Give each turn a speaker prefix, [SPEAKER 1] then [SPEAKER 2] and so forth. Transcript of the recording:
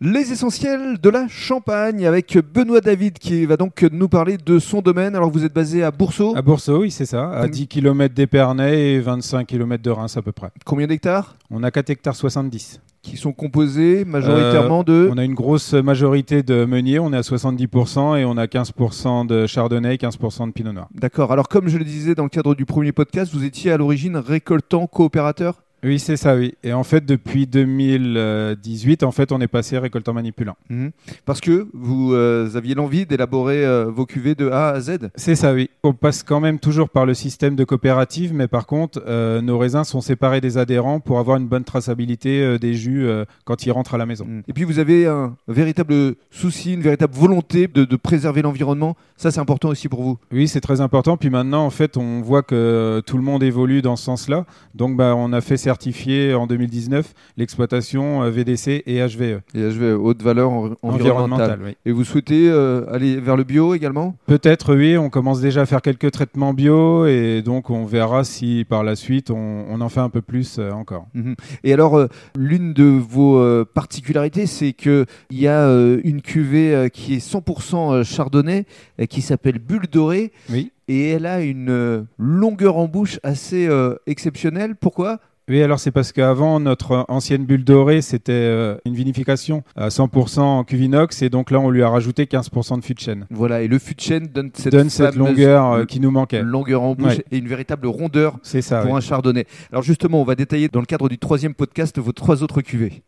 [SPEAKER 1] Les essentiels de la Champagne avec Benoît David qui va donc nous parler de son domaine. Alors vous êtes basé à Bourseau,
[SPEAKER 2] À Bourseau, oui, c'est ça, à 10 km d'Épernay et 25 km de Reims à peu près.
[SPEAKER 1] combien d'hectares
[SPEAKER 2] On a 4 hectares 70.
[SPEAKER 1] Qui sont composés majoritairement de...
[SPEAKER 2] On a une grosse majorité de meuniers, on est à 70% et on a 15% de chardonnay, 15% de pinot noir.
[SPEAKER 1] D'accord. Alors comme je le disais dans le cadre du premier podcast, vous étiez à l'origine récoltant coopérateur.
[SPEAKER 2] Oui, c'est ça, oui. Et en fait, depuis 2018, en fait, on est passé récoltant manipulant.
[SPEAKER 1] Mhm. Parce que vous euh, aviez l'envie d'élaborer euh, vos cuvées de A à Z.
[SPEAKER 2] C'est ça, oui. On passe quand même toujours par le système de coopérative, mais par contre, euh, nos raisins sont séparés des adhérents pour avoir une bonne traçabilité euh, des jus euh, quand ils rentrent à la maison.
[SPEAKER 1] Et puis vous avez un véritable souci, une véritable volonté de, de préserver l'environnement. Ça, c'est important aussi pour vous.
[SPEAKER 2] Oui, c'est très important. Puis maintenant, en fait, on voit que tout le monde évolue dans ce sens-là. Donc, bah, on a fait certifier en 2019 l'exploitation euh, VDC et E. HVE
[SPEAKER 1] Et je vais haute valeur en- environnementale.
[SPEAKER 2] environnementale. oui.
[SPEAKER 1] Et vous souhaitez euh, aller vers le bio également
[SPEAKER 2] Peut-être, oui. On commence déjà à faire quelques traitements bio et donc on verra si par la suite on, on en fait un peu plus euh, encore.
[SPEAKER 1] Et alors, euh, l'une de vos euh, particularités, c'est qu'il y a euh, une cuvée euh, qui est 100% chardonnay, euh, qui s'appelle Bulle Dorée,
[SPEAKER 2] Oui.
[SPEAKER 1] et elle a une euh, longueur en bouche assez euh, exceptionnelle. Pourquoi
[SPEAKER 2] Oui, alors c'est parce qu'avant, notre ancienne bulle dorée, c'était euh, une vinification à 100% en cuvinox et donc là, on lui a rajouté 15% de fût de chêne.
[SPEAKER 1] Voilà, et le fût de chêne donne cette,
[SPEAKER 2] Donne cette
[SPEAKER 1] fameuse
[SPEAKER 2] longueur euh, qui nous manquait.
[SPEAKER 1] longueur en bouche
[SPEAKER 2] Ouais. Ah
[SPEAKER 1] et une véritable rondeur
[SPEAKER 2] C'est ça.
[SPEAKER 1] pour
[SPEAKER 2] oui.
[SPEAKER 1] un chardonnay. Alors justement, on va détailler dans le cadre du troisième podcast vos trois autres cuvées.